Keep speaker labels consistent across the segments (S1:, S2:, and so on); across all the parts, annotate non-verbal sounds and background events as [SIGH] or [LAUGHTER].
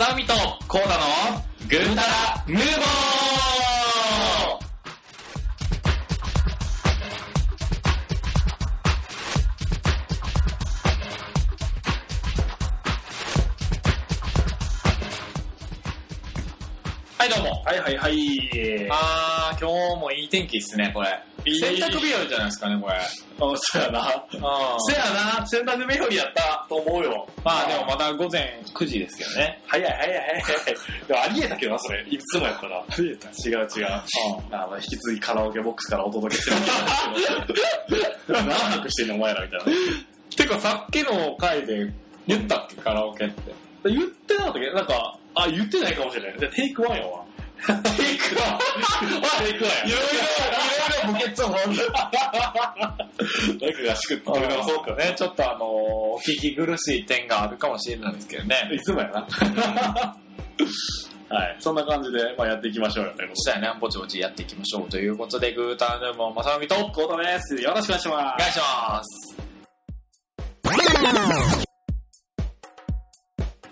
S1: ナミとコーダのぐーたらムーボーはいどうも。
S2: はいはいはい。あ、
S1: あー、今日もいい天気っすね、これ。
S2: いい
S1: 洗濯日和じゃないですかね、これ。
S2: そうやな。
S1: あ
S2: そうやな。洗濯日和やったと思うよ。
S1: まあでもまだ午前9時ですけどね。
S2: 早い早い早い。でもありえたけどな、それ。いつもやったら。違う違う。あの、引き続きカラオケボックスからお届けしてるんですけど。何泊してんのお前らみたいな。
S1: てかさっきの回で言ったっけ、カラオケって。
S2: 言ってなかったっけど、なんか、あ、言ってないかもしれない。でテイクワンやわ。テイクワン。テイクワン
S1: い
S2: や
S1: ろ。いろ、いろいろ補欠を
S2: なんか合宿って
S1: あそうかね、ちょっとあのお聞き苦しい点があるかもしれないですけどね。
S2: いつもやな。 [LAUGHS] はい。そんな感じで、まあやっていきましょうよね。
S1: そしたらね、ぼちぼちやっていきましょうということで、グーターヌーボン、まさみと、お願
S2: コートです。よろしくお願いしま
S1: いします。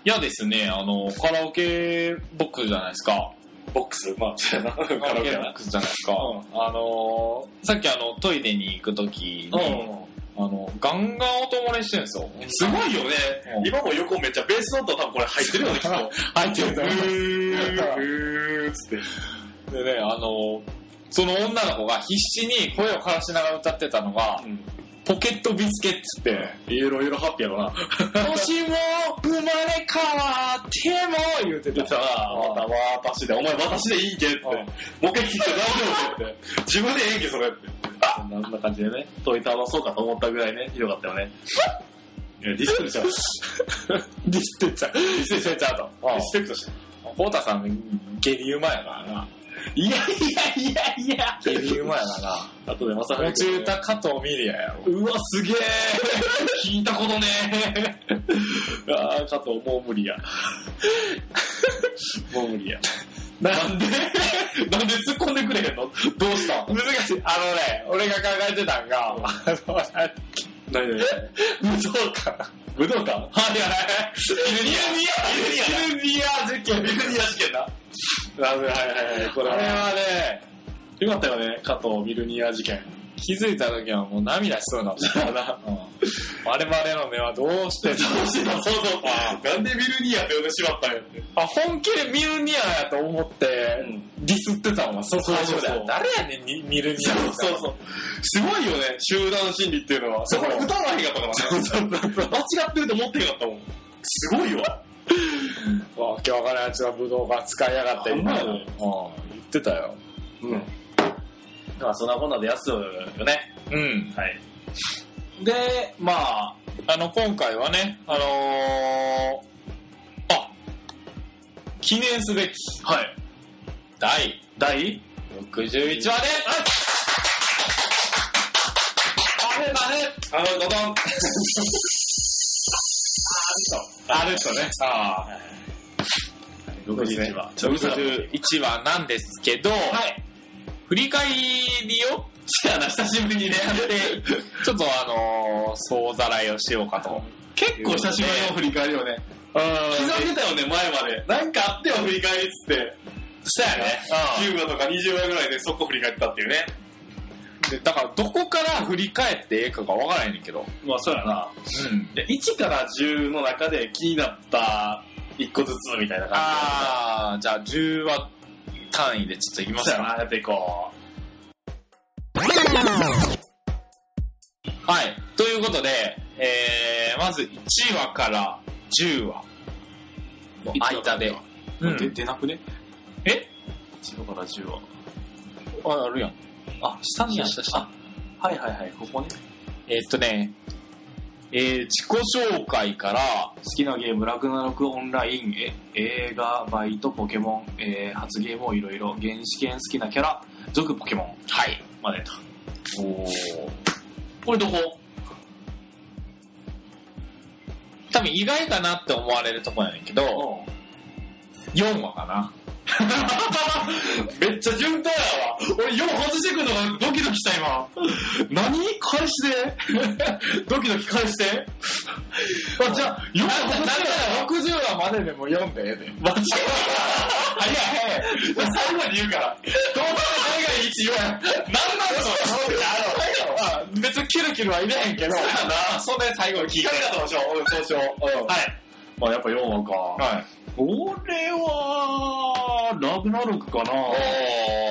S1: いやですね、あの、カラオケボックスじゃないですか。
S2: す。ボックスまあ、そうやな。 [LAUGHS] カ
S1: カラ
S2: ラ
S1: オ
S2: オケ
S1: ケ
S2: や
S1: ボッ
S2: な。
S1: クスじゃないですか。
S2: う
S1: あのーさっきあの、トイレに行くときに、あの、ガンガン音漏れしてるんですよ。
S2: すごいよね
S1: う。ん
S2: 今も横めっちゃベースの音多分これ入ってるよね、きっ
S1: [LAUGHS]
S2: と。[LAUGHS]
S1: 入ってると思います
S2: ーつって。
S1: でね、あの、その女の子が必死に声を枯らしながら歌ってたのが、ポケットビスケッツって、
S2: イエローイエローハッピーやろな。
S1: 年も生まれ変わっても言うて
S2: で
S1: た。
S2: さ、また私で、お前私でいいけって。もう一回聞いて大丈夫って。自分でええけ、それって。そんなそんな感じでね、問い倒そうかと思ったぐらいね、ひどかったよ [LAUGHS] ね。いやディスペクトしちゃう。
S1: ディスペちゃう。ディスペちゃうと。
S2: ディスペクトしちゃう。
S1: コータさん、下痢うまやからな。
S2: いやいやいやいや。
S1: 下痢うまやから
S2: あとでまさ
S1: な。持ち歌加藤ミリアやろ。
S2: うわ、すげえ聞いたことねえああ、かと、もう無 [LAUGHS] 理や。もう無理や。
S1: なんで
S2: なんで突っ込んでくれへんのどうした
S1: 難しい。あのね、俺が考えてたん [LAUGHS] が、あの、
S2: 何何
S1: 武道館。
S2: 武道館はいはい。
S1: ビルニア事件。
S2: ビルニア事件な。なるはいはいはい。こ
S1: こ
S2: れ
S1: れは
S2: は、
S1: ね、
S2: よかったよね。加藤ビルニア事件。
S1: 気づいた時はもう涙しそうな。
S2: だな。
S1: 我々の目はどうしてた
S2: 楽しいな、そうそう。なんでビルニアって呼んでしまったんやって。
S1: あ、本気でミルニアやと思って、ディスってたもん、そう
S2: そうそう
S1: 誰やねんに、ミルニア。
S2: そうそうそう。すごいよね、集団心理っていうのは。
S1: そう
S2: これ歌わへんかったからね。間違ってると思ってへんかったもん。すごいわ。
S1: う。わけわからんやつが武道館使いやがって、
S2: あほんまや
S1: うん
S2: ね
S1: 言ってたよ。
S2: うん。まあ、そんなこんなでやすよね。
S1: うん。
S2: はい。
S1: で、まあ、あの、今回はね、あのー、あ、記念すべき
S2: はい。
S1: 第
S2: 第
S1: 61話ですあれだね
S2: あの、ドドン。
S1: あれとね。ああ。
S2: 61話。
S1: ちょ61話なんですけど、
S2: はい。
S1: 振り返り [LAUGHS] を、
S2: せやな、久しぶりにね、
S1: [LAUGHS]
S2: やって。
S1: ちょっとあのー、総ざらいをしようかと。
S2: 結構久しぶりの振り返りをね。
S1: うん
S2: 刻んでたよね、前まで。 [LAUGHS] なんかあってよ、振り返りっつって。
S1: そうやね。
S2: 10話とか20話ぐらいでそこ振り返ったっていうね。
S1: うんでだから、どこから振り返ってええかがわからへんねんけど。
S2: まあ、そうやな。
S1: うん。
S2: で1から10の中で気になった1個ずつみたいな感
S1: ああ、じゃあ10話単位でちょっといきま
S2: じ
S1: す
S2: で。
S1: か。
S2: な、やっていこ
S1: はい。ということで、えー、まず1話から10話
S2: う。
S1: の間で。うん
S2: で出なくね
S1: え
S2: ?1 から10は。
S1: ああるやん。
S2: あ、下
S1: にある
S2: あ、はいはいはい、ここね。
S1: えーっとね、えー、自己紹介から、
S2: 好きなゲーム、ラグナロクオンライン、え映画、バイト、ポケモン、えー、発ゲームをいろいろ、原始圏好きなキャラ、続ポケモン
S1: はい。
S2: までと。
S1: おー
S2: これどこ
S1: 多分意外かなって思われるとこやねんけど、
S2: う
S1: 4話かな。
S2: [LAUGHS] めっちゃ順当やわ。俺、よう外してくるのがドキドキした、今。何返して。 [LAUGHS] ドキドキ返して。あ、じゃあ、よう外して
S1: 60話まででも読んでええで。
S2: 間違い早い早い。最後に言うから。東京の海外一言わなんなんだろ
S1: あの別にキルキルは入れへんけど、そんで最後に聞いて。
S2: う。しよう。そうしよう。
S1: うん
S2: はい。まあやっぱ4話か。
S1: はい。
S2: 俺は、ラグナロクかな。
S1: おー、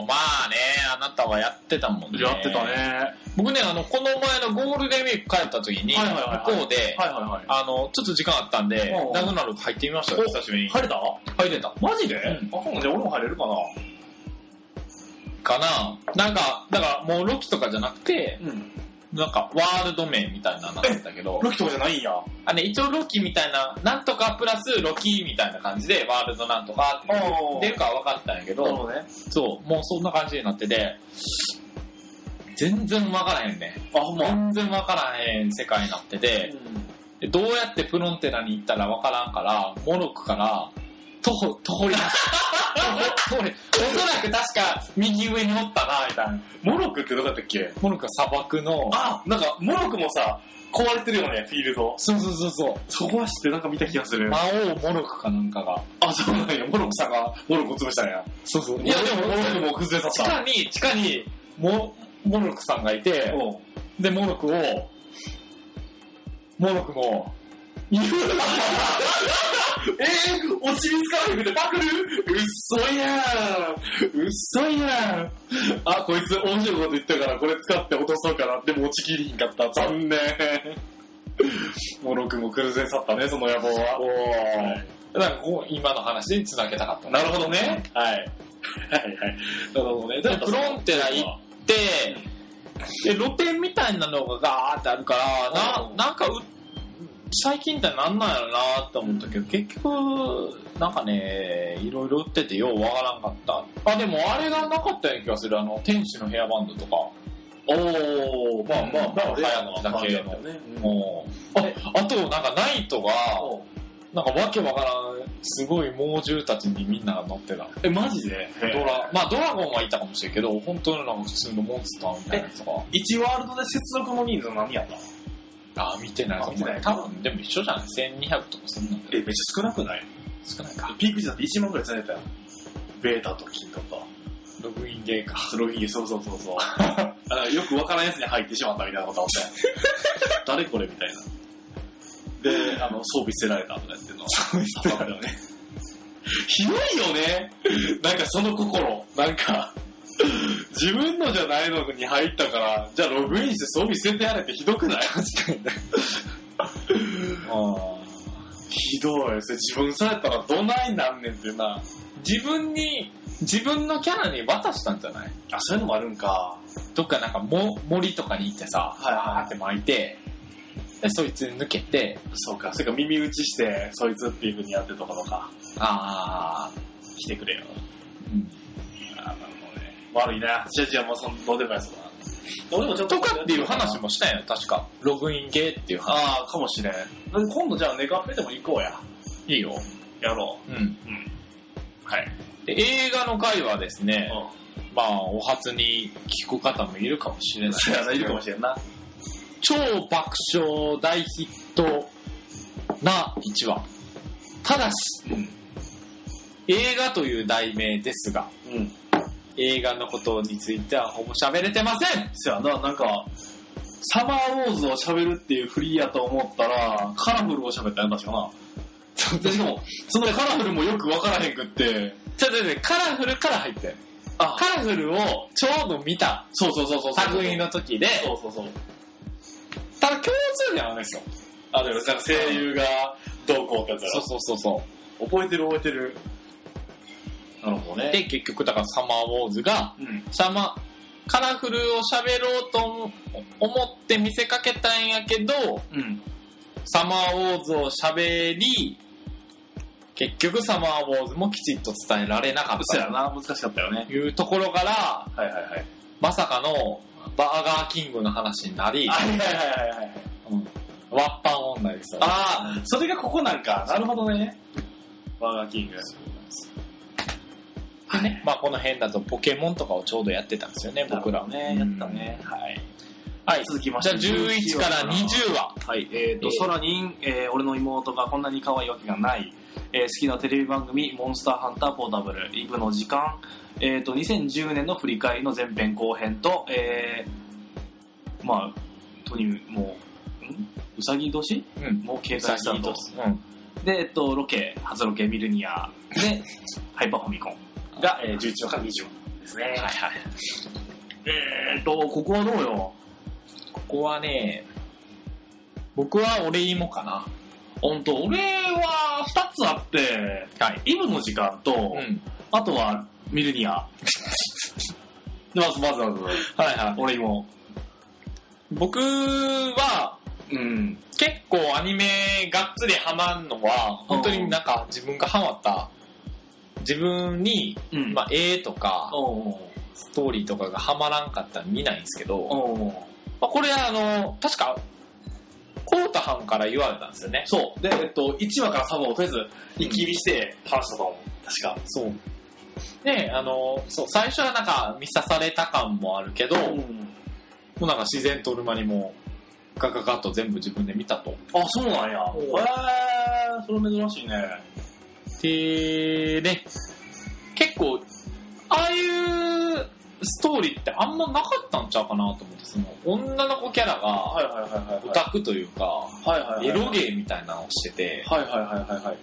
S1: まあね、あなたはやってたもんね。
S2: やってたね。。は
S1: 僕ね、あの、この前のゴールデンウィーク帰った時に、
S2: はいはいはいはい
S1: 向こうで
S2: い、はいは
S1: あの、ちょっと時間あったんで
S2: うんう、ん
S1: ラグナロク入ってみましたよ、
S2: お
S1: 久しぶり
S2: い。
S1: に。
S2: 入れた
S1: 入れた。
S2: マジで、
S1: うん
S2: あ、そうなんじゃあ俺も入れるかな。
S1: かななんか、だからもうロキとかじゃなくて、
S2: うん。
S1: なんかワールド名みたいなのなんだったけど、
S2: ロキとかじゃないんや。
S1: あね、一応ロキみたいな、なんとかプラスロキみたいな感じで、ワールドなんとかって
S2: お
S1: 出
S2: で
S1: る、かは分かったんやけ
S2: なる
S1: ど、
S2: ほどね。
S1: そう、もうそんな感じになってて、全然分からへんね。
S2: あ、ほんま。うん
S1: 全然分からへん世界になってて、でどうやってプロンテナに行ったら分からんから、モロックから、徒歩、徒歩りました。徒歩徒歩おそらく確か右上におったな、みたいな。
S2: モロックってどこだったっけ
S1: モロックは砂漠の、
S2: あ、なんか、モロックもさ、壊れてるよね、フィールド。
S1: そうそうそうそ
S2: そこは知ってなんか見た気がす
S1: う。
S2: る。
S1: 魔王モロックかなんかが。
S2: あ、そうなんや。モロックさんが、モロックを潰したんや。
S1: そうそう
S2: いや、でもモロックも崩れ
S1: 地
S2: させた。
S1: 下に、地下に、モ、モルクさんがいて、
S2: うん。
S1: で、モルクを、モルクの、言う
S2: [LAUGHS] えー、お尻使わなくてパクるうっそやんうっそやんあ、こいつ面白いこと言ったからこれ使って落とそうかな。でも落ちきりひんかった。残念。モロ君もクルーズに去ったね、その野望は。
S1: なんかこう、今の話に繋げたかった。
S2: なるほどね。はい。はいはい。なるほどね。
S1: でフロンテナ行って、で、露店みたいなのがガーってあるから、
S2: うん
S1: な、なんかう、最近ってなんなんやろなって思ったけど、結局、なんかね、いろいろ売っててようわからんかった。あ、でもあれがなかったような気がする。あの、天使のヘアバンドとか。
S2: おー、まあまあ、
S1: うん
S2: だけだね。
S1: もうああと、なんかナイトが、なんかわけわからん、すごい猛獣たちにみんなが乗ってた。
S2: え、マジで
S1: ドラ、まあドラゴンはいたかもしれんけど、本当のなんか普通のモンスターみたいなやつとか。
S2: 1ワールドで接続の人数何やった
S1: あ、見てない
S2: あ見てない
S1: 多分、でも一緒じゃない ?1200 とかそんなん
S2: え、めっちゃ少なくない
S1: 少ないか。
S2: ピーク時だって1万ぐらい伝えたよ。ベータと金とか。
S1: ログインゲーか。
S2: ロヒゲ、そうそうそうそう。あのよくわからんやつに入ってしまったみたいなことあったよ [LAUGHS] 誰これみたいな。で、あの、装備捨てられたとかやってるの。装備捨てられたね。ひどいよね。なんかその心。なんか、自分のじゃないのに入ったから、じゃあログインして装備捨ててやれってひどくないひどい。それ自分されたらどないなんねんっていうな。
S1: 自分に、自分のキャラに渡したんじゃない
S2: あ、そういうのもあるんか。
S1: どっかなんかも森とかに行ってさ、
S2: はいはい
S1: あーって巻いて、で、そいつ抜けて、
S2: そうか。それか耳打ちして、そいつっていう風にやってるところか。
S1: あー、
S2: 来てくれよ。
S1: うん
S2: あなるほどね。悪いな。じゃあじゃあもうその、どうでもいいやつだな。俺もちょっ
S1: とかっていう話もしたんよ、確か。ログインゲーっていう話。
S2: ああ、かもしれん。今度じゃあネカフェでも行こうや。
S1: いいよ。
S2: やろ
S1: うん。
S2: う。うん。はい。
S1: で、映画の回はですね、
S2: う
S1: まあ、お初に聞く方もいるかもしれない。
S2: ん。いるかもしれんな。
S1: 超爆笑大ヒットな1話。ただし、
S2: うん。
S1: 映画という題名ですが、
S2: うん。
S1: 映画のことについてはほぼ喋れてません
S2: そやな、なんか、サマーウォーズを喋るっていうフリーやと思ったら、カラフルを喋ったんだしかな。でしかも、そのカラフルもよくわからへんくって、
S1: ちょっとね、カラフルから入ってん
S2: あ
S1: カラフルをちょうど見た
S2: そうそうそうそうそう。
S1: 作品の時で、
S2: そうそうそう。
S1: ただ共通点はあるんですよ。
S2: あるよ、なんか声優がどうこうってやつだ
S1: そうそうそうそう。
S2: ろ覚えてる覚えてる。なるほど
S1: で、。結局、だからサマーウォーズが、
S2: うん。
S1: サマ、カラフルを喋ろうと思思って見せかけたんやけど、
S2: うん。
S1: サマーウォーズを喋り、結局サマーウォーズもきちっと伝えられなかっ
S2: そ
S1: た
S2: やな、難しかったよね。
S1: というところから、
S2: はいはいはい。
S1: まさかのバーガーキングの話になり、
S2: はいはいはいはいはい。
S1: うんワッパン問題ですよ、
S2: ああ、それがここなんか。なるほどね。バーガーキング。
S1: でね、まあこの辺だとポケモンとかをちょうどやってたんですよね、僕らは。
S2: ね、やったね。はい。
S1: はい。
S2: 続きまし
S1: じゃあ
S2: て。
S1: 11から20は、
S2: はい、えっ、と、
S1: えー
S2: ソラニン、えー俺の妹がこんなに可愛いわけがない、えー好きなテレビ番組、モンスターハンターポータブル、イブの時間、えっ、と、2010年の振り返りの前編後編と、えー、まあ、とにもう、んうさぎ年
S1: うん。
S2: もう掲載したと。
S1: うん。
S2: で、えっ、と、ロケ、初ロケ、ミルニア、で、ハイパーファミコンが、えー、11話から20話ですね。はいはい。えっ、と、ここはどうよ
S1: ここはね、僕は俺芋かな。
S2: 本当俺は2つあって、
S1: はい。
S2: イブの時間と、
S1: うん。
S2: あとはミル
S1: [LAUGHS]
S2: ニア。まずまずまず、
S1: はいは
S2: 俺も。
S1: い。僕は、
S2: うん。
S1: 結構アニメがっつりハマんのは、本当になんか自分がハマった、自分に、
S2: うん。
S1: まあ、絵とか、
S2: おう
S1: ストーリーとかがハマらんかったら見ないんですけど、
S2: おう
S1: まあ、これあの、確か、コータハンから言われたんですよね。
S2: そう。で、えっと、1話から3話をとりあえず、一気見して話したと思う。確か。
S1: そう。で、あの、そう、最初はなんか見さされた感もあるけど、もうなんか自然とる間にも、ガガガッと全部自分で見たと。
S2: あ、そうなんや。
S1: おう
S2: えー、それ珍しいね。
S1: で、ね、結構、ああいうストーリーってあんまなかったんちゃうかなと思って、その、女の子キャラが、
S2: いはいはいは
S1: オタクというか、
S2: はいはいはい。
S1: エロゲーみたいなのをしてて、
S2: はいはいはいはいはい。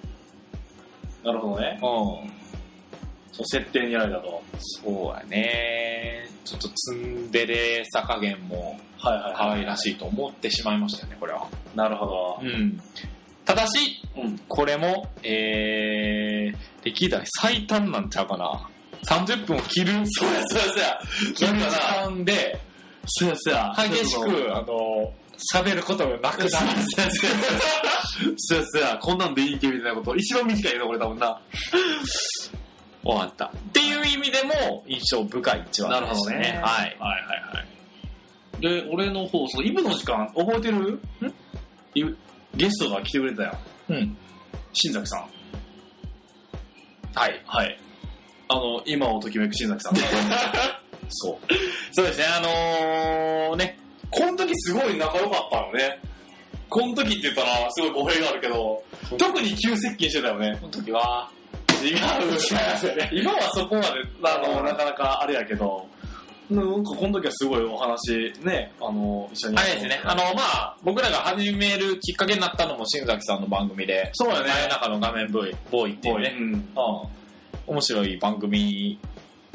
S2: なるほどね。
S1: うん。
S2: その設定にあれだと。
S1: そうやね。ちょっとツンデレさ加減も
S2: はいはい
S1: 可愛ら
S2: い。
S1: しいと思ってしまいましたよね、これは。
S2: なるほど。
S1: うん。ただし、
S2: うん。
S1: これも、えー、歴代最短なんちゃうかな。30分を切る、
S2: そうやそうやそうや。
S1: 切る
S2: なんか
S1: 時
S2: な
S1: 間で、
S2: そうやそうや。
S1: 激しく、あの、喋ることがな [LAUGHS] くなる。
S2: そうやそうや、こんなんでいいけみたいなこと、一番短いよな、これ多分な。
S1: 終わった。っていう意味でも、印象深い一話でしたね。
S2: は
S1: はいい。。
S2: はいはいはい。で、俺の方、その、イブの時間、覚えてるんイブゲストが来てくれたよ。
S1: うん。
S2: 新崎さん。
S1: はい。
S2: はい。あの、今をときめく新崎さん。 [LAUGHS] そう。
S1: そうですね、あのー、ね、
S2: この時すごい仲良かったのね。この時って言ったら、すごい語弊があるけど、特に急接近してたよね。
S1: この時は、
S2: 違う。 [LAUGHS] 今はそこまで、あの、なかなかあれやけど、なんかこの時はすごいお話、ね、あの、一緒に。
S1: あれですね、あの、まあ、僕らが始めるきっかけになったのも新崎さんの番組で、
S2: そうやね
S1: 真。夜中の画面ボーイボーイっていうね、
S2: うん。
S1: うん、面白い番組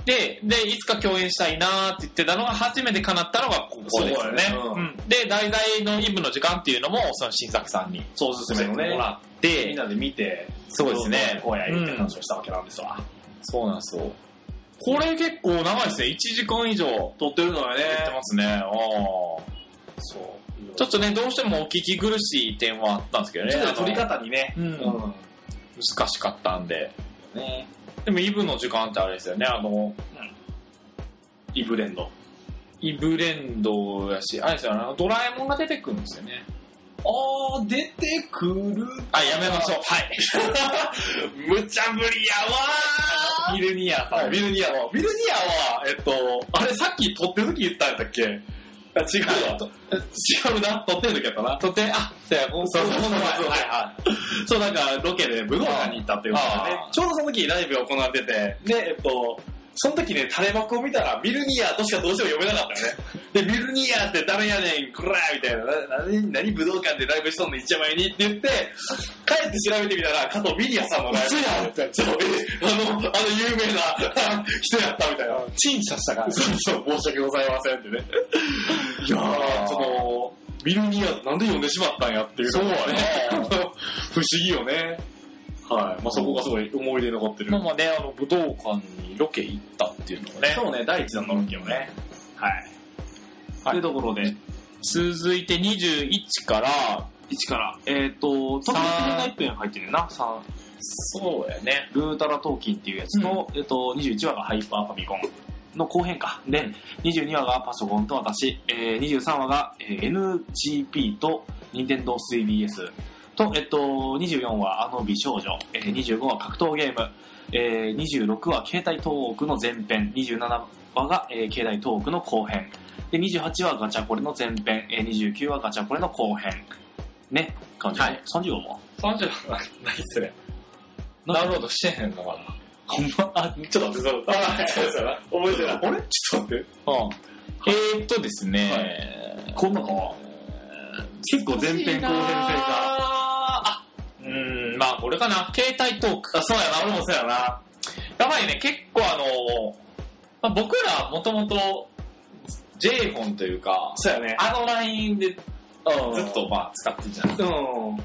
S1: で、で、いつか共演したいなーって言ってたのが初めて叶ったのがここですよね。
S2: そうやねうん
S1: うんで、題材のイブの時間っていうのも、その新作さんに
S2: そうおすす
S1: 勧め
S2: めの
S1: ても
S2: ね。
S1: らっ
S2: みん
S1: て、
S2: なで見て、
S1: そうですね。
S2: こうやりって
S1: うん
S2: 話をしたわけなんですわ。
S1: そうなんですよ。これ結構長いですね。1時間以上や
S2: 撮ってるのよね。
S1: ってますね。あー
S2: そう。
S1: ちょっとね、どうしてもお聞き苦しい点はあったんですけどね。
S2: ちょっ
S1: あ
S2: と
S1: の
S2: 撮り方にね。
S1: うん難しかったんで。
S2: ね。
S1: でもイブの時間ってあれですよね、あの、
S2: イブレンド。
S1: イブレンドやし、あれですよ、あのドラえもんが出てくるんですよね。
S2: あー、出てくる。
S1: あ、やめましょう。
S2: [LAUGHS]
S1: はい。
S2: むちゃぶりやわ
S1: ミルニア
S2: ー
S1: さん。
S2: ビルニアは、ビルニアは、えっと、あれさっき撮ってる時言ったんやったっけあ違うわ。違うな、撮ってる時やったな。
S1: とて、あ、そうや、そうそう、そう
S2: はいはい。そう、なんかロケで武道館に行ったっていうことでね
S1: あ、ー
S2: ちょうどその時ライブが行われてて、で、えっと、その時ね、垂れ幕を見たら、ビルニアとしかどうしても読めなかったよね。で、ビルニアって誰やねん、こらみたいな、な、なに、何武道館でライブしとんの一丁前にって言って、帰って調べてみたら、加藤ミリアさんのライブ。そう、あの、あの有名な人やったみたいな。
S1: 陳謝したから
S2: そうそう、申し訳ございませんってね。いやー、その、ビルニア、なんで呼んでしまったんやっていうのがね。
S1: そうや
S2: [LAUGHS] 不思議よね。はい。まあ、そこがすごい思い出に残ってる。
S1: まあまあね、あの、武道館にロケ行ったっていうのもね。
S2: うね、第一弾のロケをね。はい。
S1: はい
S2: というところで、
S1: 続いて21から、
S2: 1から、えっ、と、特
S1: 三
S2: にな一編入ってるな、3。
S1: そうやね。
S2: ルータラトーキンっていうやつと、えっと、21話がハイパーファミコンの後編か。で、
S1: うん
S2: 22話がパソコンと私、えー、23話が、えー NGP と Nintendo 3DS。と、えっと、24はあの美少女、えー、25は格闘ゲーム、えー、26は携帯東北の前編、27話が、えー、携帯東北の後編、で、28はガチャコレの前編、えー、29はガチャコレの後編、ね、感じ。
S1: はい
S2: 30話も
S1: 30はないっすね。ダウンロードしてへんのか
S2: ほんま、あ、ちょっと待って、そう、あ、そうそうだ、覚えてない。あれちょっと待って。
S1: な。うん。えーっとです
S2: は
S1: ね、
S2: こんなか結構前編
S1: 制
S2: 後編制か。
S1: あ、うーん、まあこれかな。携帯トーク。
S2: あ、そうやな、俺もそうやな。
S1: やばいね、結構あの、まあ、僕らもともと j フォンというか、
S2: そうやね。
S1: あのラインでず
S2: うん
S1: っとまあ使ってんじゃん。
S2: うん。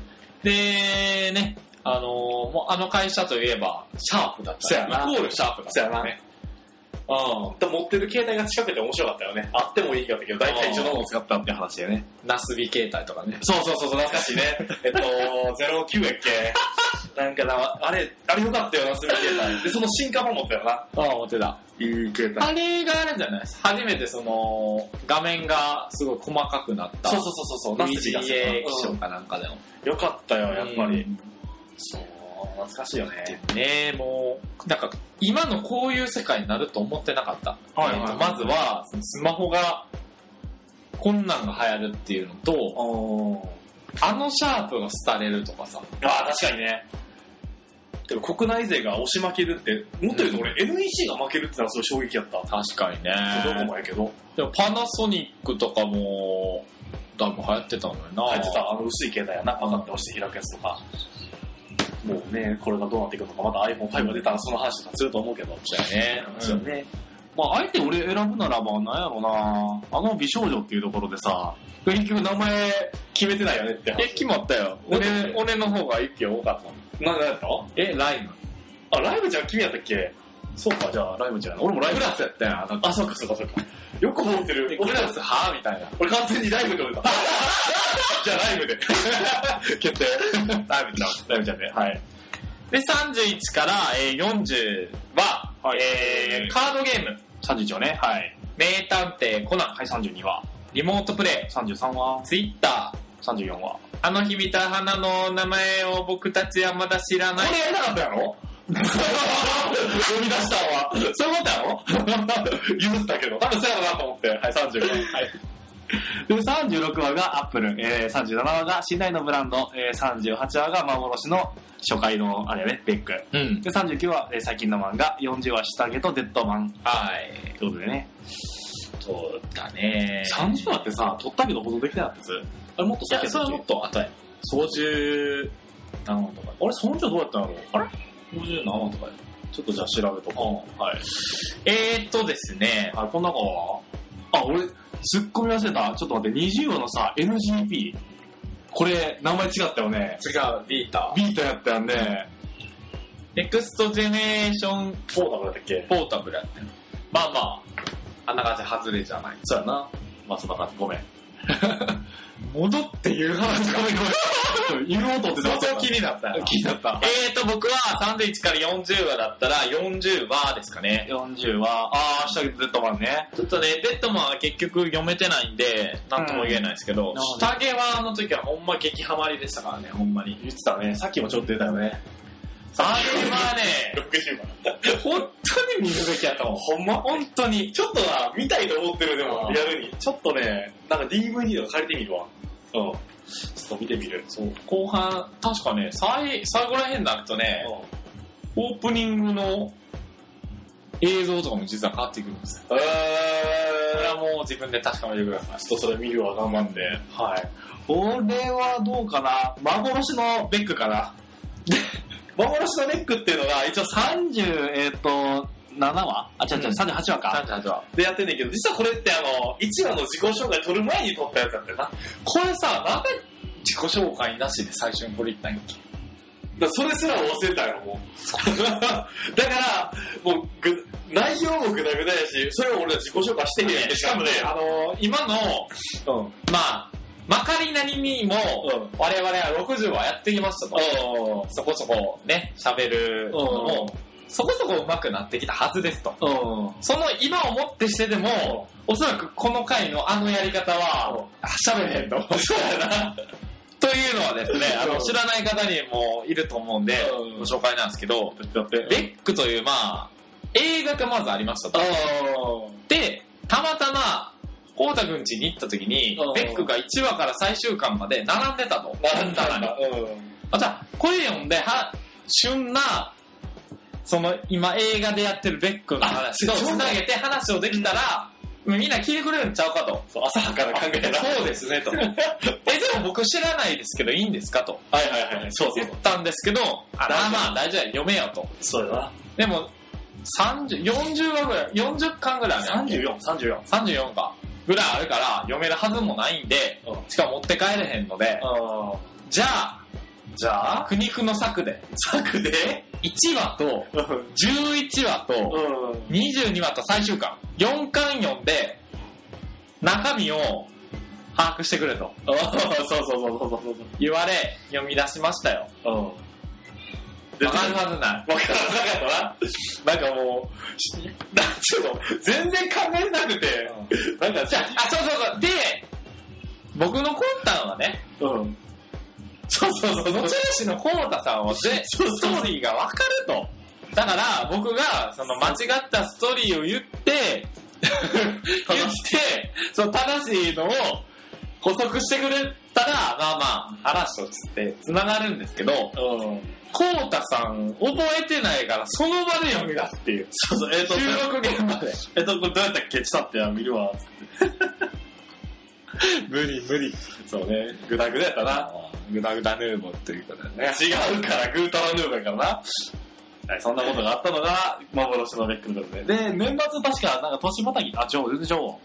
S1: で、ね、あのーもうあの会社といえば、シャープだった。
S2: そうやな
S1: イコールシャープだった
S2: そうやな。
S1: うん。
S2: で持ってる携帯が近くて面白かったよね。あってもいいかったけど、大体一緒のものを使ったって話でね。
S1: ナスビ携帯とかね。
S2: そうそうそうそう、懐かしい [LAUGHS] ね。えっと、09やっ
S1: [LAUGHS]
S2: けなんかな、あれ、あれよかったよな、スミ携帯。で、その進化版持ったよな。
S1: ああ、思ってた。
S2: いい携
S1: あれがあれじゃない初めてその、画面がすごい細かくなった。
S2: そうそうそうそう、ナスジが
S1: VGA
S2: そう
S1: 気
S2: う
S1: 象
S2: ん
S1: かなんかでも。
S2: よかったよ、やっぱり。
S1: うん
S2: そう、懐かしいよね。
S1: ねえ、もう、なんか、今のこういう世界になると思ってなかった。
S2: はいはい
S1: えーとまずは、そのスマホが、こんなんが流行るっていうのと、
S2: おー。
S1: あのシャープが廃れるとかさ。
S2: ああ、確かにね。でも国内勢が押し負けるって、もっと言うと俺、NEC が負けるってのはすごい衝撃やった。
S1: 確かにね。
S2: ドコモやけど。
S1: でもパナソニックとかも、だいぶ流行ってたのよな。
S2: 入ってたあの薄い携帯やな、パカって押して開くやつとか。もうね、これがどうなっていくのか、また iPhone5 が出たらその話とかすると思うけど。
S1: そうやね。
S2: そう
S1: うん
S2: ね。まあ、あえて俺選ぶならば、なんやろなあの美少女っていうところでさ、結局名前決めてないよねって
S1: え、決まったよ。俺、俺の方が一票多かったの。
S2: な、なんやった
S1: え、ライム。
S2: あ、ライブちゃん君やったっけそうか、じゃあライブちゃんやな。俺もライブ
S1: グラスやったよ、あの。
S2: あ、そうか、そうか、そうか。よく覚えてる。俺ら
S1: ス、はぁみたいな。
S2: 俺完全にライブで覚え
S1: [LAUGHS]
S2: た。じゃあライブで。 [LAUGHS] 決定。ライブちゃん、ライブちゃんで。はい。
S1: で、31から、えー40は、
S2: はい
S1: えーカードゲーム。
S2: 31はね、はい。
S1: 名探偵コナン。
S2: はい、32話。
S1: リモートプレ
S2: 33話
S1: イ。。ツイッター。
S2: 34話。
S1: あの日見た花の名前を僕たちはまだ知らない。
S2: やりなかったや
S1: [LAUGHS]
S2: ろ呼び出したわ。そういうことやろ言ったけど。多分そうやろなと思って。はい、35話。はい。で、36話がアップル、えー、37話が信頼のブランド、えー、38話が幻の初回の、あれやね、ベック。
S1: うん。
S2: で、39話、えー、最近の漫画、40話、下着とデッドマン。
S1: はい。
S2: ということでね。
S1: そうだね。
S2: 30話ってさ、撮ったけど保存できてなかったやつ。あれもっと
S1: いや、それはもっと後や。操縦何話とか。
S2: あれ、30話どうやったんだろうあれ
S1: 50何話とかや。
S2: ちょっとじゃあ調べとこう。はい。
S1: えーっとですね。
S2: あ、この中はあ、俺、突っ込み忘れた。ちょっと待って、20話のさ、NGP。これ、名前違ったよね。
S1: 違う、ビーター。
S2: ビートやったよね。
S1: ネクストジェネレーション
S2: フォーダブだったっけ
S1: ポータブルやってる。まあまあ、あんな感じで外れじゃない。
S2: そうやな。まあ、そんな感じ。ごめん。
S1: 戻って言う話 [LAUGHS]
S2: ごめんごめん。言おうと思ってた。
S1: 相当気になったよな
S2: 気になった。
S1: [LAUGHS] えーと、僕は31から40話だったら40話ですかね。
S2: 40話、あー、下着とデッドマンね。
S1: ちょっとね、デッドマンは結局読めてないんで、なんとも言えないですけど、
S2: うん
S1: 下着はあの時はほんま激ハマりでしたからね、ほんまに。
S2: 言ってたね。さっきもちょっと出たよね。
S1: あれはね、
S2: 60話。
S1: 本当に見るべきやったもん。
S2: ほんま
S1: 本当に。
S2: ちょっとな、見たいと思ってる、で
S1: う
S2: も、
S1: ん
S2: リアルに。ちょっとね、なんか DVD とか借りてみるわ。うん。ちょっと見てみる。そう。
S1: 後半、確かね、最、最後ら辺になるとね、オープニングの映像とかも実は変わってくるんですよ。
S2: え
S1: これ
S2: ー
S1: は、もう自分で確かめてください。
S2: ちょっとそれ見るわ、頑張って。はい。俺はどうかな幻のベックかな。 [LAUGHS] 幻のベックっていうのが、一応30、えっ、と、7話あ、違う違う、
S1: うん
S2: 38話か。
S1: 38話。
S2: でやってんねんけど、実はこれってあの、1話の自己紹介撮る前に撮ったやつだったよな。
S1: これさ、なんで自己紹介なしで最初にこれ言ったんやっけ
S2: だからそれすら忘れたよ、もう。 [LAUGHS] だから、もうぐ、内容もぐだぐだやし、それを俺は自己紹介してへんやん。
S1: しかもね、あの今の、
S2: うん。
S1: まあ、まかりなりにも、
S2: うん
S1: 我々は60話やってきましたと。そこそこね、喋るのも、そこそこ上手くなってきたはずですと。
S2: うん。うん。
S1: その今をもってしてでも、
S2: [LAUGHS]
S1: おそらくこの回のあのやり方は、あ喋れへんと。
S2: そうやな。
S1: というのはですね、あの、知らない方にもいると思うんで、
S2: うん
S1: ご紹介なんですけど、
S2: だって。
S1: ベックという、まあ、映画がまずありました
S2: あ
S1: と
S2: あ。。
S1: で、たまたま、こうたくん家に行った時に
S2: うん、
S1: ベックが1話から最終巻まで並んでたと。
S2: なんだ
S1: 棚に
S2: な。う
S1: あ、じゃあ、これ読んで、は、旬な、その、今映画でやってるベックの話と
S2: あそう
S1: つなげて話をできたら、みんな聞いてくれるんちゃうかと。
S2: ん。浅はかな考えだな。
S1: そうですね、
S2: [LAUGHS]
S1: と。え、でも僕知らないですけど、いいんですかと。
S2: はいはいはい。そうそう
S1: 言ったんですけど、あまあまあ大丈夫や、読めよと。
S2: そう。そうだ
S1: でも、30、40話ぐらい、40巻ぐらい
S2: な。
S1: あるね。
S2: 34、34。
S1: 34か。ぐらいあるから、読めるはずもないんで、
S2: うん。
S1: しかも持って帰れへんので、
S2: ああ。
S1: じゃあ、
S2: じゃあ、
S1: 苦肉の策で、
S2: 作で
S1: 1話と、
S2: うん。
S1: 11話と、22話と最終巻、4巻読んで、中身を把握してくれと
S2: ああ、そうそうそうそうそう
S1: 言われ、読み出しましたよ。
S2: そう。うん。で、
S1: わ
S2: わ
S1: か
S2: か
S1: る
S2: る
S1: はずない。
S2: わからなかったな。なんかもうし、なんちゅうの、全然考えなくて、なんか、
S1: じゃあ、あ、そうそうそう。で、僕の魂胆はね、
S2: うん。
S1: そうそうそう。持ち主のコウタさんは、で、ス
S2: そうそう
S1: トーリーがわかると。だから、僕が、その、間違ったストーリーを言
S2: [LAUGHS]
S1: って、言って、その、正しいのを補足してくれたら、まあまあ、嵐とつって、繋がるんですけど、
S2: うん。
S1: コウタさん、覚えてないから、その場で読み出すっていう。
S2: そうそう、えっ、と、
S1: 収録現場で。
S2: えっ、と、これどうやったっけちょっと待ってや、見るわ。
S1: [LAUGHS] 無理無理。
S2: そうね、グダグダやったな。
S1: グダグダヌーボっていうことだね。
S2: 違うから、グータラヌーブやからな。はい、そんなことがあったのが、幻のベックのことで。で、年末確か、なんか年またぎ、あ、女王、全然女王。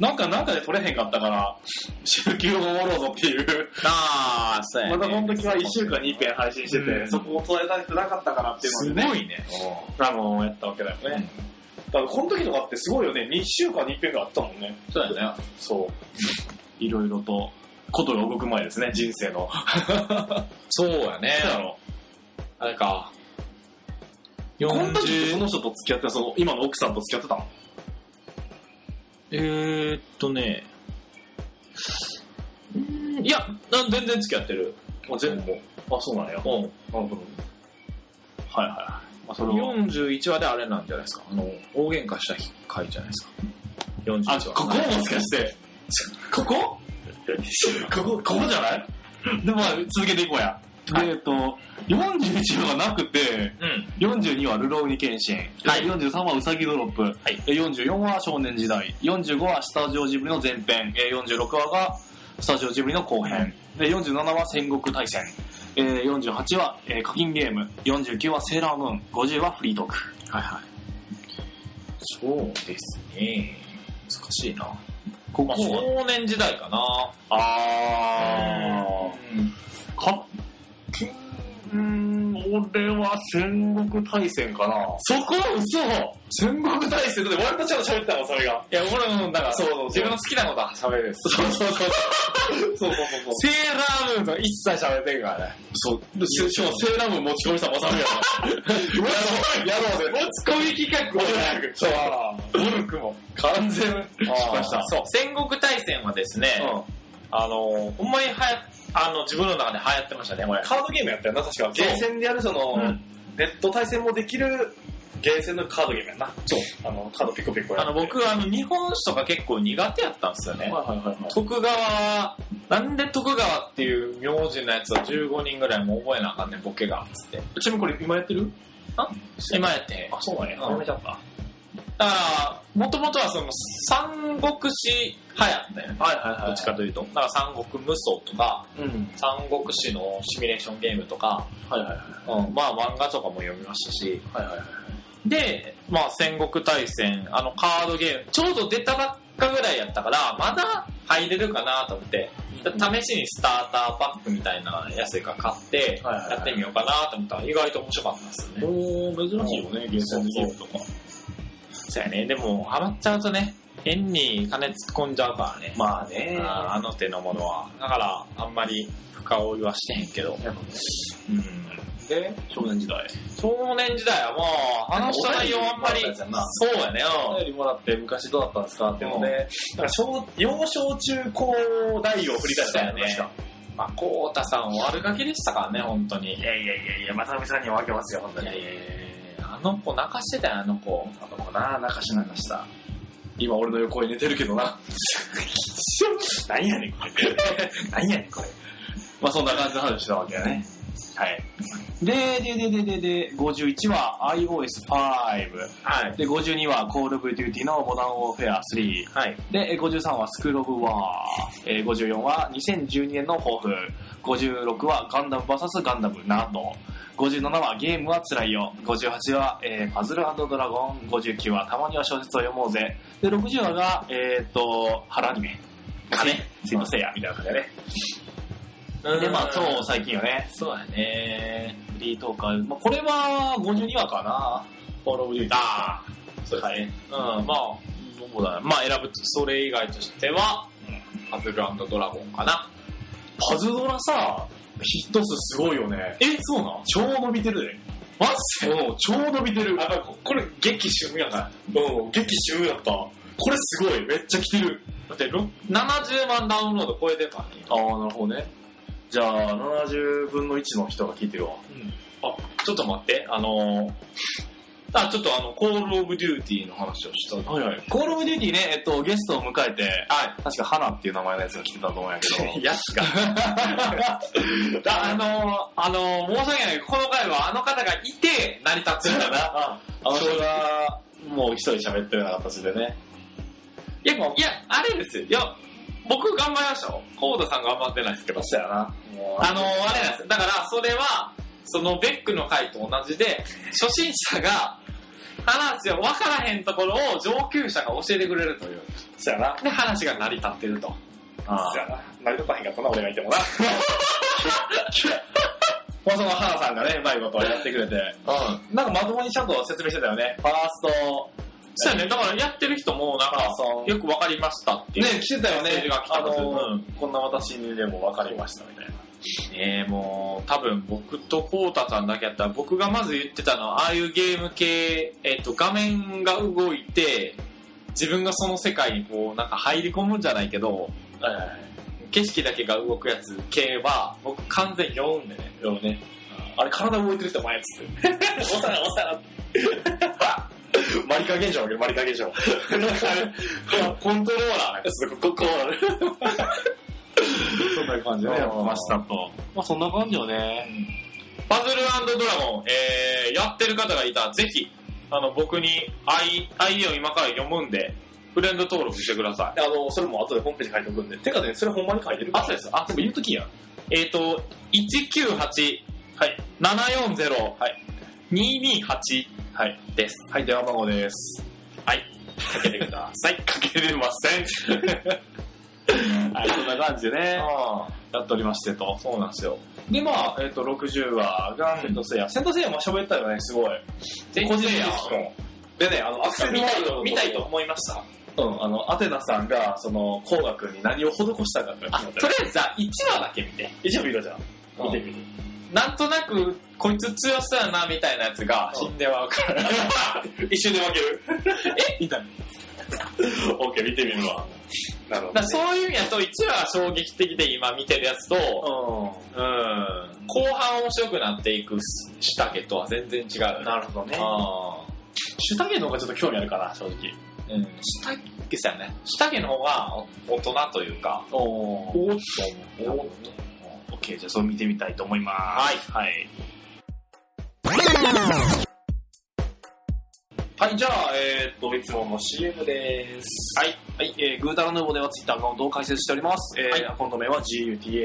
S2: なんか、なんかで取れへんかったから、 [LAUGHS] 週休をおろうぞっていう。
S1: あー、そうやね
S2: またこの時は1週間に一遍配信してて、
S1: うん
S2: そこを捉えたくなかったからっていう
S1: す
S2: ので、ね、
S1: ごいね。
S2: あのやったわけだよね。だからこの時とかってすごいよね、2週間に一遍があったもんね。
S1: そうだよね。
S2: そう。いろいろと、ことが動く前ですね、人生 [LAUGHS] の。
S1: そうやね。
S2: そうやろ
S1: あれか。
S2: この時って
S1: 40
S2: その人と付き合って、その、今の奥さんと付き合ってたの
S1: えー、っとね。うーんいや、な全然付き合ってる。
S2: あ、全部。あ、そうなんや。なる
S1: うん。
S2: ほど。はいはいはい。まあ、それは。
S1: 41話であれなんじゃないですか。あの、大喧嘩した回じゃないですか。41
S2: あ、
S1: 話。
S2: ここもしかして。ここここ、ここじゃないで、まあ、続けていこうや。
S1: はい
S2: で、えっと、41話がなくて、
S1: うん。
S2: 42はルローニケンシン、
S1: はい
S2: 43はウサギドロップ、
S1: い
S2: え44は少年時代、45はスタジオジブリの前編、えー46話がスタジオジブリの後編、で47は戦国大戦、えー48は、えー課金ゲーム、49はセーラームーン、50はフリートーク。
S1: はいはい。そうですね。難しいな。
S2: こ
S1: まあ、
S2: こ
S1: 少年時代かな。うん
S2: あー、か、うーん、俺は戦国大戦かな。
S1: そこは嘘
S2: 戦国大戦だって割とちゃんと喋ったの、それが。
S1: いや、俺も、だから、
S2: そうそうそう
S1: 自分の好きなことは喋るんです。
S2: そうそうそう。そうそうそうそう。
S1: セーラームーンと一切喋ってるからね。
S2: そう、せしかもセーラームーン持ち込みしたまさ
S1: [LAUGHS]
S2: みやな。やろうぜ。
S1: 持ち込み企画もなく、
S2: そう。
S1: モルクも。
S2: 完全失敗した。
S1: そう、戦国大戦はですね、あの、ほんまにはや、あの、自分の中で流行ってましたね、これ。
S2: カードゲームやったよな、確か。ゲーセンでやる、その、
S1: うん
S2: ネット対戦もできる、ゲーセンのカードゲームやんな。
S1: そう。
S2: あの、カードピコピコや
S1: あ
S2: って
S1: の、僕、あの、日本史とか結構苦手やったんですよ
S2: はい
S1: ね。
S2: はいはいはい。
S1: 徳川、なんで徳川っていう名字のやつを15人ぐらいも覚えなあかんねん、ボケが、つって。
S2: ちなみにこれ今やってる
S1: 今やって。
S2: あ、そうなんや。
S1: うん
S2: やめちゃった。は
S1: だから、もともとはその、三国志派やったよね。
S2: いはいは
S1: どっちかというと。だから三国無双とか、
S2: うん。
S1: 三国志のシミュレーションゲームとか、
S2: はいはいはい。
S1: うん、まあ漫画とかも読みましたし。
S2: はいはいはい。
S1: で、まあ戦国大戦、あのカードゲーム、ちょうど出たばっかぐらいやったから、まだ入れるかなと思って、試しにスターターパックみたいなやつが買って、
S2: はいはいはい
S1: やってみようかなと思ったら意外と面白かったんですよね。
S2: おー、珍しいよね、ゲーセンでゲームとか。
S1: そうやね。でも、ハマっちゃうとね、変に金突っ込んじゃうからね。
S2: まあね
S1: あーあの手のものは。だから、あんまり深追いはしてへんけど。うん。
S2: で、少年時代。
S1: 少年時代はもう、話した内容あんまり、
S2: なんかお便り
S1: そ
S2: もらっ
S1: うやね。
S2: お便りもらって昔どうだったんですかっていうの
S1: うん
S2: で、なんか小幼少中高大を振り返ったよ
S1: そ
S2: ね。
S1: うやまあ、こうたさん悪ガキでしたからね、本当に。い
S2: いやいやいやいや、まさみさんには分けますよ、本当
S1: やいやい
S2: に。
S1: やいやあの子泣かしてたよ、あの子。
S2: あの子な、泣かし泣かした。今俺の横に寝てるけどな。 [LAUGHS] 何やねん、これ。 [LAUGHS] 何やねん、これ。まあそんな感じの話をしたわけだね。はい。で、で、で、で、で、で、51は iOS5。
S1: はい。
S2: で、52は Call of Duty のモダンウォーフェア3。
S1: はい。
S2: で、えー53はスクールオブワー。えー54は2012年の抱負。56はガンダム VS ガンダムなど。57はゲームは辛いよ。58は、えーパズルドラゴン。59はたまには小説を読もうぜ。で、60話が、えーっと、春アニメ。
S1: 金。
S2: すいませんや、みたいな感じだね。
S1: うん
S2: で、まあ、そう、最近よね。
S1: そうやね。
S2: フリートーカー。まあ、これは52話かな。
S1: コールオブデューティ
S2: ああ、そうですね。
S1: うん、まあ、どうだろうまあ、選ぶと、それ以外としては、パズルドラゴンかな。
S2: パズドラさ、ヒット数すごいよね。
S1: え、そうなの
S2: 超伸びてるで。
S1: マ
S2: うん、超伸びてる。
S1: やっぱここれ、激旬やから。
S2: うん、激中だった。これすごい、めっちゃ来てる。
S1: だって、ろ70万ダウンロード超えてるからね。
S2: ああ、なるほどね。じゃあ、70分の1の人が聞いてるわ。
S1: あ、ちょっと待って、あのーあ、ちょっとあの、コールオブデューティーの話をした。はい。
S2: はい。コールオブデューティーね、えっと、ゲストを迎えて、確か、花っていう名前のやつが来てたと思うんやけ [LAUGHS] ど
S1: やしか。 [LAUGHS] だあのーあのー申し訳ないけど、この回はあの方がいて成り立ってるんだな。
S2: ああの人が、もう一人喋ってるような形でね。
S1: いや、いや、あれですよ。いや、僕頑張りましたよ。コードさん頑張ってないですけど。
S2: そうやな。もう
S1: あのーあれなんですよ。だから、それは、そのベックの回と同じで、初心者が話を分からへんところを上級者が教えてくれるという。
S2: そうやな。
S1: で、話が成り立ってると。
S2: あ
S1: そうや
S2: な。成り立たへんかったな、俺がいてもな。まあその花さんがね、うまいことをやってくれて。
S1: うん。
S2: なんかまともにちゃんと説明してたよね。ファースト、
S1: そうやね。だからやってる人も、なん
S2: あ
S1: か、
S2: そう
S1: よく分かりましたっていう。
S2: ね、来てたよ
S1: メッセー
S2: ね
S1: ジが。来た
S2: あ
S1: んですよ
S2: の、こんな私にでも分かりましたみたいな。
S1: ねえ、もう、多分僕とコータさんだけやったら、僕がまず言ってたのは、ああいうゲーム系、えっと、画面が動いて、自分がその世界にこう、なんか入り込むんじゃないけど、
S2: はいはいはい。
S1: 景色だけが動くやつ系は、僕完全に酔うんでね。
S2: でもね、あれ体動いてる人前っつって。おさらおさらマリカ現象だけど、マリカ現象。
S1: [LAUGHS] コントローラ
S2: すごい、ここそんな感じで [LAUGHS] やってましたと。まあそんな感じよね。
S1: ー。パズルドラゴン、えー、やってる方がいたら、ぜひ、あの、僕に、あい、あいを今から読むんで、フレンド登録してください。
S2: あの、それも後でホームページ書いておくんで。てかね、それほんまに書いてる
S1: あ、そうです。あ、
S2: でも言うときやん。
S1: えっ、と、198、はい、740、
S2: はい、
S1: 228
S2: はい。
S1: です。
S2: はい、電話番号です。
S1: はい。かけてください。
S2: かけれません。 [LAUGHS] はい、そんな感じでね、
S1: あ
S2: やっておりましてと。
S1: そうなんですよ。
S2: で、まあ、えっ、と、60話が、セントセイヤ。セントセイヤも喋ったよね、すごい。
S1: 個人的
S2: や
S1: にも
S2: でね、あの、アクセル
S1: 見
S2: ワ
S1: た
S2: ー
S1: い
S2: ルド
S1: と
S2: の
S1: 見たいと。思いました。
S2: うん、あの、アテナさんが、その、工学に何を施したかって
S1: あ、とりあえずじゃあ1話だけ見て。
S2: 一応見たじゃん。見てみる。
S1: なんとなく、こいつ強そうやな、みたいなやつが、
S2: うん
S1: 死んではうから。
S2: 一瞬で負ける。え見た。
S1: [LAUGHS]
S2: オッケー、見てみるわ。なるほ
S1: だからそういう意味だと、1話が衝撃的で今見てるやつと、うん、後半面白くなっていく下下とは全然違
S2: う
S1: う。
S2: ん。なるほどね。
S1: あ
S2: シュタゲの方がちょっと興味あるかな、正直。
S1: ーうん。下毛さね。下毛の方が大人というか、
S2: おお。
S1: おっ
S2: おっオッケー、じゃあそれ見てみたいと思います。はい。はい。はい、じゃあ、えーっと、いつもの CM です。
S1: はい。
S2: はい、えー、グータラヌーボではツイッターアカウントを開設しております。えー
S1: はい
S2: アカウント名は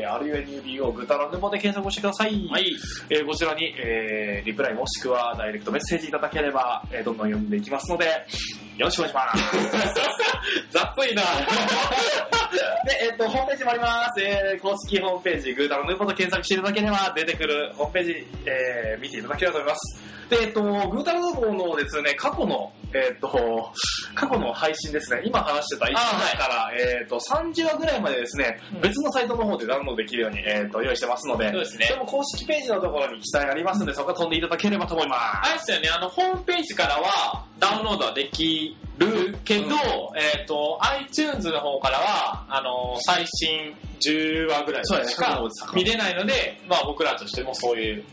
S2: GUTARUNUBO グータラヌーボで検索をしてください。
S1: はい。
S2: えーこちらに、えーリプライもしくはダイレクトメッセージいただければ、えーどんどん読んでいきますので、よろしくお願いします。
S1: 雑いな
S2: で、えっ、と、ホームページもあります。えー公式ホームページ、グータラヌーボと検索していただければ、出てくるホームページ、えー見ていただければと思います。で、えっ、と、グータラヌーボのですね、過去の、えっ、と、過去の配信ですね、今話してた1
S1: あはい
S2: 話から、えっ、と、30話ぐらいまでですね、
S1: うん
S2: 別のサイトの方でダウンロードできるように、えっ、と、用意してますので、
S1: そうですね
S2: それも公式ページのところに記載ありますので、そこから飛んでいただければと思いま
S1: あれですよね、あの、ホームページからはダウンロードはできるけど、
S2: うん
S1: えっ、と、iTunes の方からは、あの、最新10話ぐらい
S2: そうやね
S1: しか
S2: そう
S1: 見れないので、まあ僕らとしてもそういう、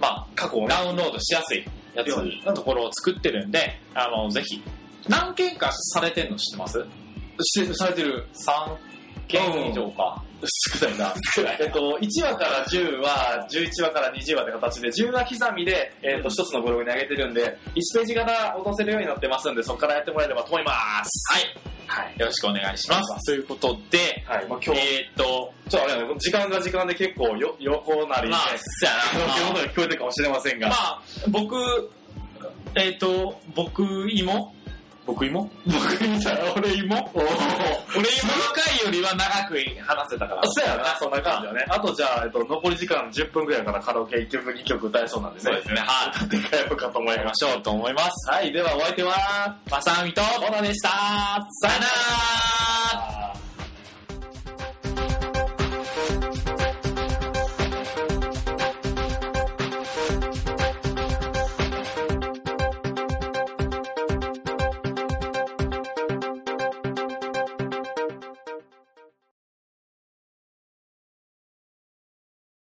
S1: まあ、
S2: す。過去をね、
S1: ダウンロードしやすいやつ
S2: ように
S1: のところを作ってるんで、あの、ぜひ。何件かされてんの知ってます
S2: 指定されてる
S1: ?3 件以上か。
S2: 少ないな。
S1: くらい
S2: えっと、1話から10話、11話から20話って形で、10話刻みで、えっと、1つのブログに上げてるんで、1ページから落とせるようになってますんで、そこからやってもらえればと思います。
S1: はい。
S2: はい。
S1: よろしくお願いします。ということで、
S2: はい、まあ、今日、
S1: えっ、と、
S2: ちょっとあれだね、時間が時間で結構よ、横なりね
S1: まあ、、そうやな。
S2: あの
S1: まあ
S2: 横が聞こえてるかもしれませんが、
S1: まあ、僕、えっ、と、僕芋
S2: 僕芋
S1: 僕芋さ、俺芋
S2: おお。
S1: 俺芋の回よりは長く話せたから。
S2: そうやな、そんな感じだね。あとじゃあ、えっと、残り時間10分ぐらいからカラオケ1曲2曲歌えそうなんでね。
S1: そうですね。
S2: [LAUGHS]
S1: はい。
S2: でかいのかと思い
S1: やり
S2: ま。
S1: ますしょうと思います。
S2: はい、ではお相手は、
S1: まさみと、ボナでした。さよなら